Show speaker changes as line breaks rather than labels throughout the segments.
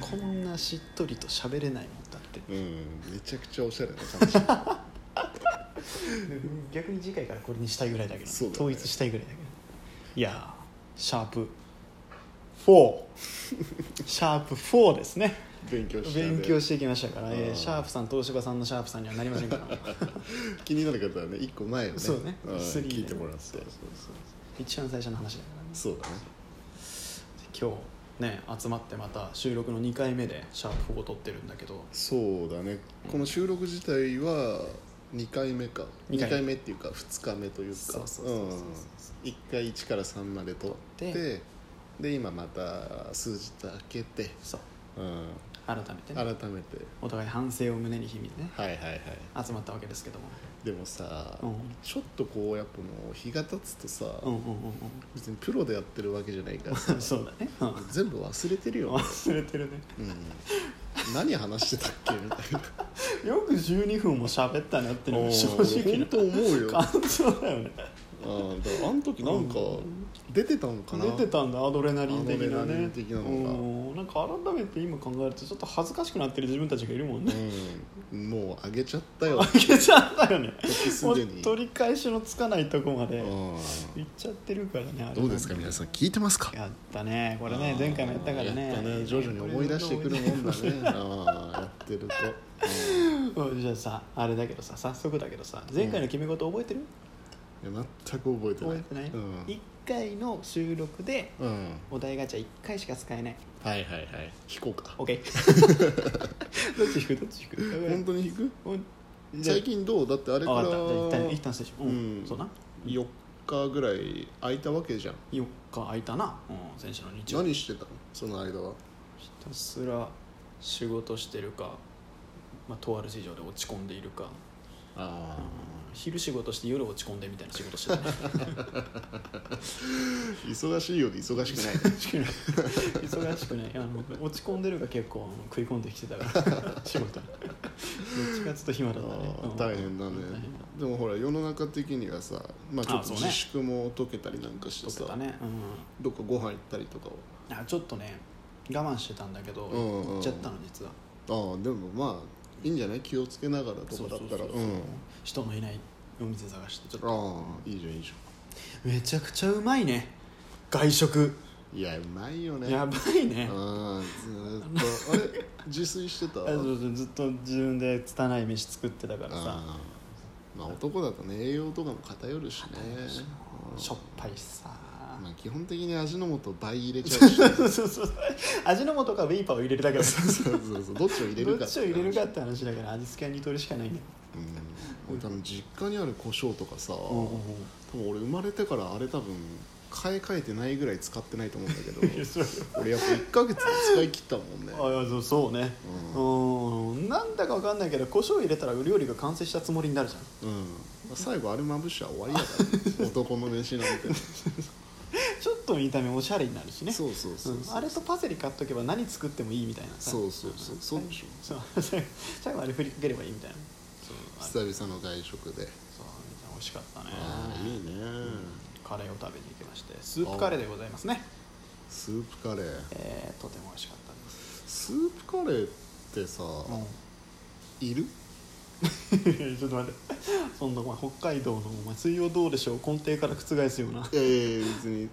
こんなしっとりと喋れないもんだって
うんめちゃくちゃおしゃれな感じ
逆に次回からこれにしたいぐらいだけど
そうだね
統一したいぐらいだけどいやーシャープ4 シャープ4ですね
勉強したね
勉強していきましたから、え
う
ー
ん
シャープさん東芝さんのシャープさんにはなりませんから
気になる方はね一個前をね
そうね
ん
スリーで
聞いてもらってそう
一番最初の話だからね
そうだね
今日ね集まってまた収録の2回目でシャープ4を撮ってるんだけど
そうだねこの収録自体は2回目か
二
2
回目
回目っていうか2日目というか
そうそうそうそうそう
1回1から3まで取って
で
で今また数字と開けて、
そう
うん、
改めて、
改
ね、
めて
お互い反省を胸に秘めてね
はいはいはい
集まったわけですけども
でもさ、
うん
ちょっとこうやっぱもう日が経つとさ、
うんうんうん
別にプロでやってるわけじゃないから
うん
さ
そうだね、うん、
全部忘れてるよ、
忘れてるね
うん、何話してたっけみたいな
よく12分も喋ったなっていうのが正直
本
な
当思うよ
感想だよね
うんだからあの時なんか出てたのかな
出てたんだアドレナリン的な
アドレナリ
ね
ン的なのが
うんなんか改めて今考えるとちょっと恥ずかしくなってる自分たちがいるもんね
うんもう上げちゃったよ
あげちゃったよね
す
もう
でに
取り返しのつかないとこまで
うん
いっちゃってるからねあれ
どうですか皆さん聞いてますか
やったねこれね前回もやったからね
やったね徐々に思い出してくるもんだねああやってると、うん
うんじゃあさあれだけどさ早速だけどさ前回の決め事覚えてる、
いや全く覚えてない
覚えてない、
うん
1回の収録で
うん、
お題ガチャ1回しか使えない
はいはいはい聞こうか
OK どっち引くどっち引く
本当に弾く
うんじゃあ
最近どうだってあれから
分かったじゃあ一旦一旦ステーションうん、
うん
そうな
4日ぐらい空いたわけじゃん
4日空いたな、うん、先週の日曜日
何してたのその間は
ひたすら仕事してるか、まあ、とある事情で落ち込んでいるか、
あ
昼仕事して夜落ち込んでみたいな仕事してた ね
忙しいより忙しくない
忙しくない忙しくないあの落ち込んでるが結構あの食い込んできてたから 仕事にどっちかちょっと暇だったね、
あ
う
ー
ん
大変だね
大変
でもほら世の中的にはさ、まあ、ちょ
あ
っと
そうね
自粛も解けたりなんかして
撮って
さ、
たね、
どっかご飯行ったりとか
うん、あちょっとね我慢してたんだけど、
うんうん
行っちゃったの実は
をああでもまあいいんじゃない気をつけながらとかだったら
そうそうそう
う
そうん人のいないお店探してちょっと
ああいいじゃんいいじ
めちゃくちゃうまいね外食
ゃんいやうまいよね
やばいね
あずーっとあれ自炊して た
あそうそうずっと自分で拙い飯作ってたからさ
あーまあ男だとね栄養とかも偏るしねうん
しょっぱいしさ
まあ、基本的に味の素倍入れちゃうし
そうそうそう味の素かウェイパーを入れるだけだか
そうそうそうどっちを入れ
ら
る
ど
か
っちを入れるかって話だから味付けは似とるしかないね
うん、俺多分実家にある胡椒とかさ、
うんうんうん
多分俺生まれてからあれ多分買い替えてないぐらい使ってないと思うんだけど
いやそうよ
俺やっぱ1ヶ月で使い切ったもんね
あいやそうそうねうんなんだかわかんないけど胡椒入れたら料理が完成したつもりになるじゃん
うん最後あれまぶしは終わりやから、ね、男の飯なんて
ちょっと見た目おしゃれになるしね
そうそうそう
うんあれとパセリ買っとけば何作ってもいいみたいなさ
そうそうそうそうでしょ
そう最後最後あれ振りかければいいみたいなそうあれそう
久々の外食
美
で
味しかったね
ああいいね、
カレーを食べに行きましてスープカレーでございますね、
スープカレー
えーとても美味しかったです
スープカレーってさ、いる
ちょっと待ってそんなお前北海道のお前水曜どうでしょう根底から覆すようない
やいやいや別に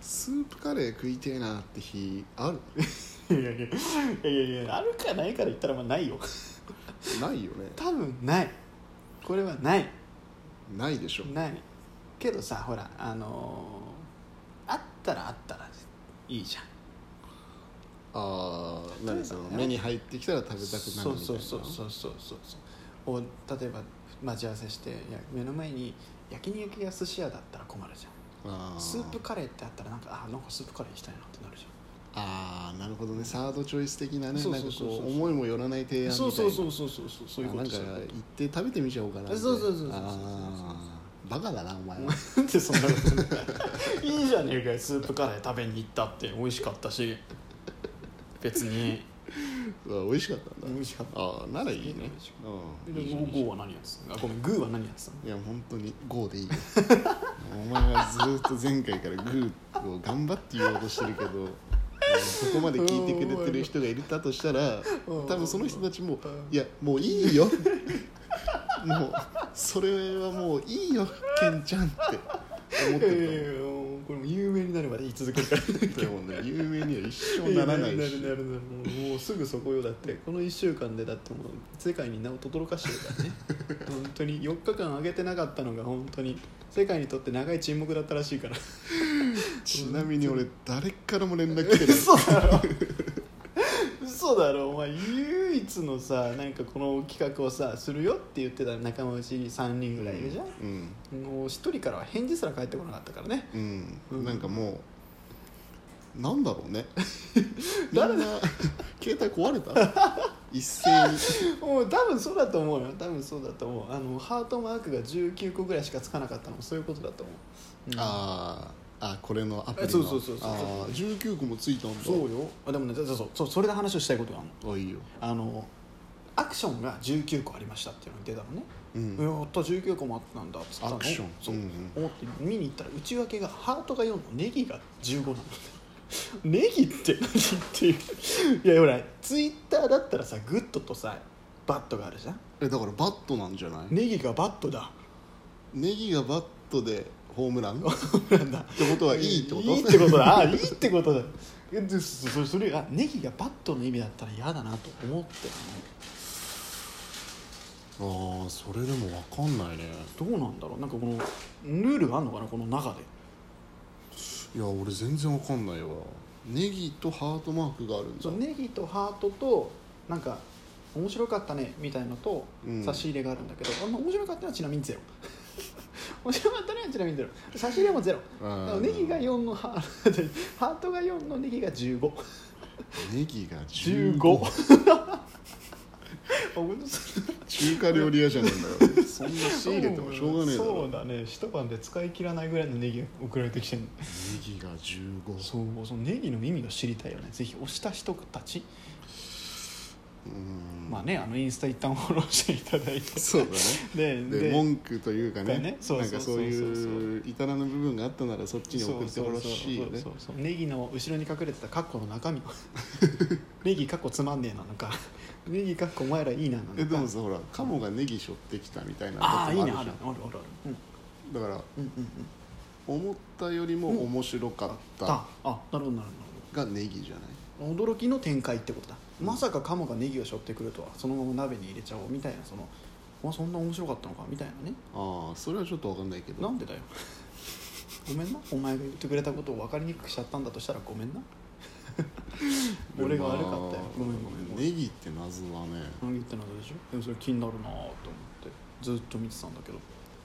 スープカレー食いてえなって日ある
いやいやいやいやいやあるかないから言ったらまあないよ
ないよね
多分ないこれはない
ないでしょ
ないけどさほらあのーあったらあったらいいじゃん
ああ
例えば
何その目に入ってきたら食べたくなるみたいな
そうそうそうそうそうそうそうお例えば待ち合わせしていや目の前に焼肉や寿司屋だったら困るじゃ
あー
んスープカレーってあったらなんかあなんかスープカレーにしたいなってなるじ
あーなるほどねサードチョイス的なね
そう
な
そ
ん
う
か
そうそう
こう思いもよらない提案み
ゃん
たいな
そうそうそうそうそうそうそういうこ
あ
と
なんか
そう
行
いう
っ
こ
て食べてみちゃおうかなみたいな
そうそうそうそうそう
あーバカだなお 前は
となんでそんなこと いいじゃねえかよスープカレー食べに行ったって美味しかったし別に
う わ美味しかったんだ
美味しかった
ああならいい
美
ね
味しか
う
で
ん
ゴーゴーは何やってたのあごめんグーは何やってたの
いや本当に GO でいいよお前はずーっと前回からグーを頑張って言おうとしてるけどうんそこまで聞いてくれてる人がいるだとしたら
うん
多分その人たちも
うん
「いやもういいよ」もうそれはもういいよケンちゃんって思
い
って
やいやいや
る
もうこれもう有名になるまで言い 続けるから
と思うでもね有名には一生ならない
な
し
るなるなるもうもうすぐそこよだってこの1週間でだってもう世界に名を轟かしてるからね本当に4日間上げてなかったのが本当に世界にとって長い沈黙だったらしいから
ちなみに俺誰からも連絡来てない
嘘だろ嘘だろお前唯一のさなんかこの企画をさするよって言ってた仲間うちに3人ぐらいいるじゃん、
うん
もう1人からは返事すら返ってこなかったからね
うん、
うん
なんかもうなんだろうね みんな
誰
携帯壊れた 一斉に
もう多分そうだと思うよ多分そうだと思うあのハートマークが19個ぐらいしかつかなかったのもそういうことだと思う、うん
あーあこれのアプリの
そうそうそうそう
あー19個もついたんだ
そうよあでもねそうそうそうそれで話をしたいことがあるの
あいいよ
あのアクションが19個ありましたっていうのが出たのね、
うん
やった19個もあったんだっつったの
アクション
そう、
うんうん
思って見に行ったら内訳がハートが4のネギが15なの ネギって何っていういやほらツイッターだったらさグッドとさバットがあるじゃん
えだからバットなんじゃない、
ネギがバットだ
ネギがバットでホームランって
なんだ
ことはいいってこと
いいってことだあいいってことだえでそそそれがネギがバットの意味だったら嫌だなと思って
あーそれでも分かんないね
どうなんだろうなんかこのルールがあるのかなこの中で
いや俺全然分かんないわネギとハートマークがあるんだ
そうネギとハートとなんか面白かったねみたいのと
うん
差し入れがあるんだけど、あんま面白かったのはちなみにゼロ 面白かったねはちなみにゼロ差し入れもゼロ
うん
だからネギが4のハーハートが4のネギが1515
ネギが15
15
中華料理屋じゃねえんだからそんな仕入れてもしょうがねえだ
そ
ろ
うだね一晩で使い切らないぐらいのネギが送られてきてる
ネギが15
そうそのネギの意味が知りたいよねぜひ押した人たち、
うーん
まあねあのインスタ一旦フォローしていただいて
そうだね
で
で文句というかね
がねそう
なん
そ
か
うそ
そうう
そう
いう至らぬ部分があったならそっちに送ってほしいよね
そうそうそうそうネギの後ろに隠れてたカッコの中 身ネギカッコつまんねえなのかネギカッコお前らいいななのか
えでもさほらカモがネギ背負ってきたみたいな
ああいいね
じゃ
あ
ん
るあるあるある、うん、
だから
うんうんうん
思ったよりも面白かった
ああなるほどなる
がネギじゃない
ほど驚きの展開ってことだ、まさかカモがネギを背負ってくるとはそのまま鍋に入れちゃおうみたいなそのお前そんな面白かったのかみたいなね
ああそれはちょっと分かんないけど
なんでだよごめんなお前が言ってくれたことを分かりにくくしちゃったんだとしたらごめんな俺が悪かったよごめんごめんごめん
ネギって謎だね
何言ってなでしょでもそれ気になるなと思ってずっと見てたんだけど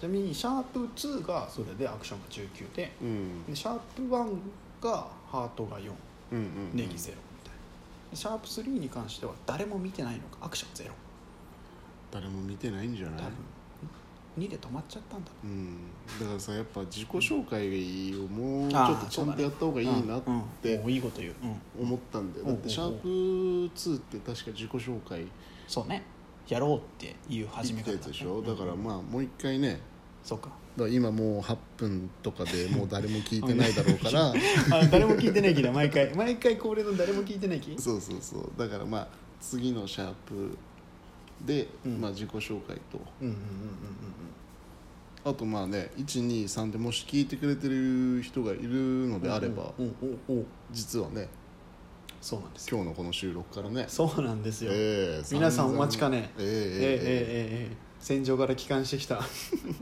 ちなみにシャープ2がそれでアクションが19で
うん
でシャープ1がハートが4
うんうん
ネギゼロみたいなでシャープ3に関しては誰も見てないのかアクションゼロ
誰も見てないんじゃな
多
い
分2で止まっちゃったんだ
うんだからさやっぱ自己紹介をもうち
あ
ょ
ー
っとちゃんとやった方がいいなっ
うんうん
て
もういいこと言う、うん、
思ったんだよ
うん
だってシャープ2って確か自己紹介
そうねやろうっていう始
言
め
っ
方だね
たやつでしょ
うん
だからまあもう一回ね
そう か
だから今もう8分とかでもう誰も聞いてないだろうから
あ誰も聞いてない気だ毎回毎回恒例の誰も聞いてない気
そうそうそうだからまあ次のシャープで、
うん
まあ、自己紹介と
うんうんうんうん
あとまあね123でもし聞いてくれてる人がいるの
うんう
で
ん
あれば、
おうおうおう
実はね
そうなんですよ
今日のこの収録からね
そうなんですよ、
ええ
皆さんお待ちかね
散々え
ええ
えええ
え
え
えええ戦場から帰還してきた、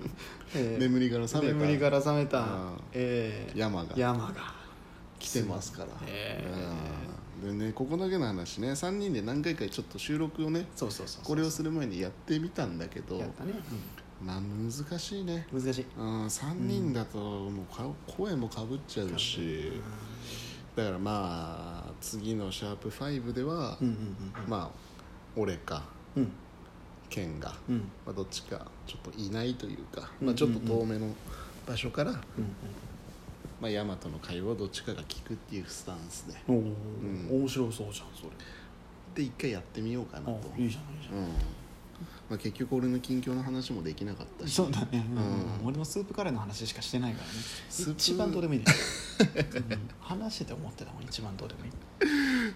ええ
眠りから覚めた
眠りから覚めた
うん、
ええ
山が
山が
来てますから、
え
うんでねここだけの話ね3人で何回かちょっと収録をね
そうそうそうそう
これをする前にやってみたんだけど
やったね、
まあ難しいね
うん、難しい
うん3人だともうか声もかぶっちゃうしだからまあ次の「シャープ #5」では、
うんうんうん
まあ俺か
うん
ケンが、
うん
まあ、どっちかちょっといないというか、
うん
まあ、ちょっと遠目の場所から、
うん
まあ、ヤマトの会話をどっちかが聞くっていうスタンスで
うんおお、
ん
面白そうじゃんそれ
で一回やってみようかなと
あいいじゃんいいじゃん
うんまあ、結局俺の近況の話もできなかったし
そうだね、うん
うん
俺もスープカレーの話しかしてないからね
スープ
一番どうで もいいね、うん話してて思ってたもん一番どうでもいい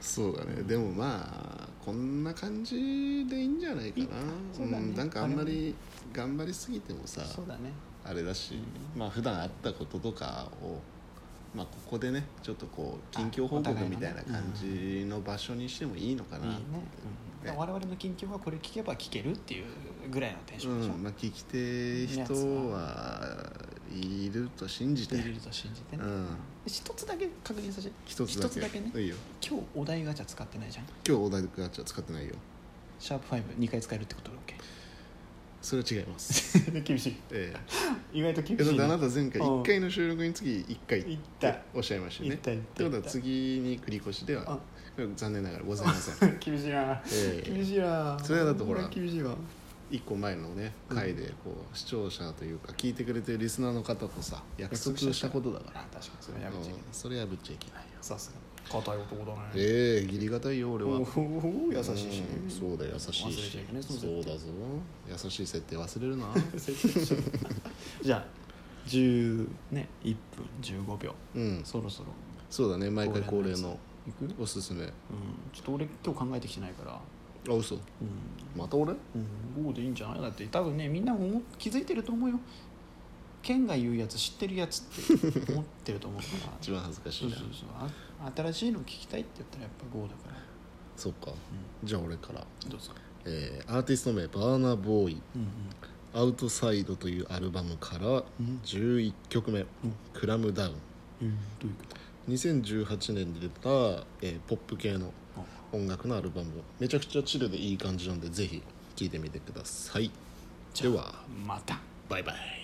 そうだねでもまあこんな感じでいいんじゃないかな
そうだね
ん、なんかあんまり頑張りすぎてもさ
そうだね
あれだし、まあ普段あったこととかを、まあ、ここでねちょっとこう近況報
あお
告
互いの
み
ね
たいな感じの場所にしてもいいのか
いい
な
ね、うん
ね
我々の近況はこれ聞けば聞けるっていうぐらいのテンシ
う
ョンでしょ、
んまあ、聞き手人はいると信じて、
いると信じてね、
うん、
一つだけ確認させて
一つだけ
ね
いいよ
今日お題ガチャ使ってないじゃん
今日お題ガチャ使ってないよ
シャープ52回使えるってことだっ
それは違います
け厳しい
ええ
意外と
い
厳
やだ
し
っ
い
て
ね
あなた前回
うん
1回の収録につき1回っ
行った
ておっしゃいましたよね
行った行った
ということ
行
は
った
次に繰り越しでは残念ながらございませ ん
厳しいな
ええ
厳しいな
それはだってほら
こんな厳しいわ
一個前のね回でこう視聴者というか聞いてくれてるリスナーの方とさ約束したことだから
あ確かにそれはやめちゃいけない
うんそれ破っちゃいけないよ
さすが硬い男だね
ええ義理がたいよ俺は
おお優しいし
うんそうだ優しいし
忘れちゃいけないその
そうだぞ優しい設定忘れるな
じゃあ10ね1分15秒
うん
そろそろ
そうだね毎回恒
恒
例
例の
の
やいくうん
おすすめあ
ちょっと俺今日考えてきてないから
嘘
うん
また俺
うん、5でいいんじゃないだって多分ねみんなも思気づいてると思うよ県が言うやつ知ってるやつって思ってると思うから
一番恥ずかし
そう
い
そ
な
うそうあ新しいの聞きたいって言ったらやっぱ5だから
そっかじゃあ俺から
どうぞ、
えーアーティスト名バーナーボーイ
うんうん、
「アウトサイド」というアルバムから
ん
11曲目「クラムダウン
どういうこと」
2018年で出た、えーポップ系の音楽のアルバムめちゃくちゃチルでいい感じなんでぜひ聴いてみてくださいでは
また
バイバイ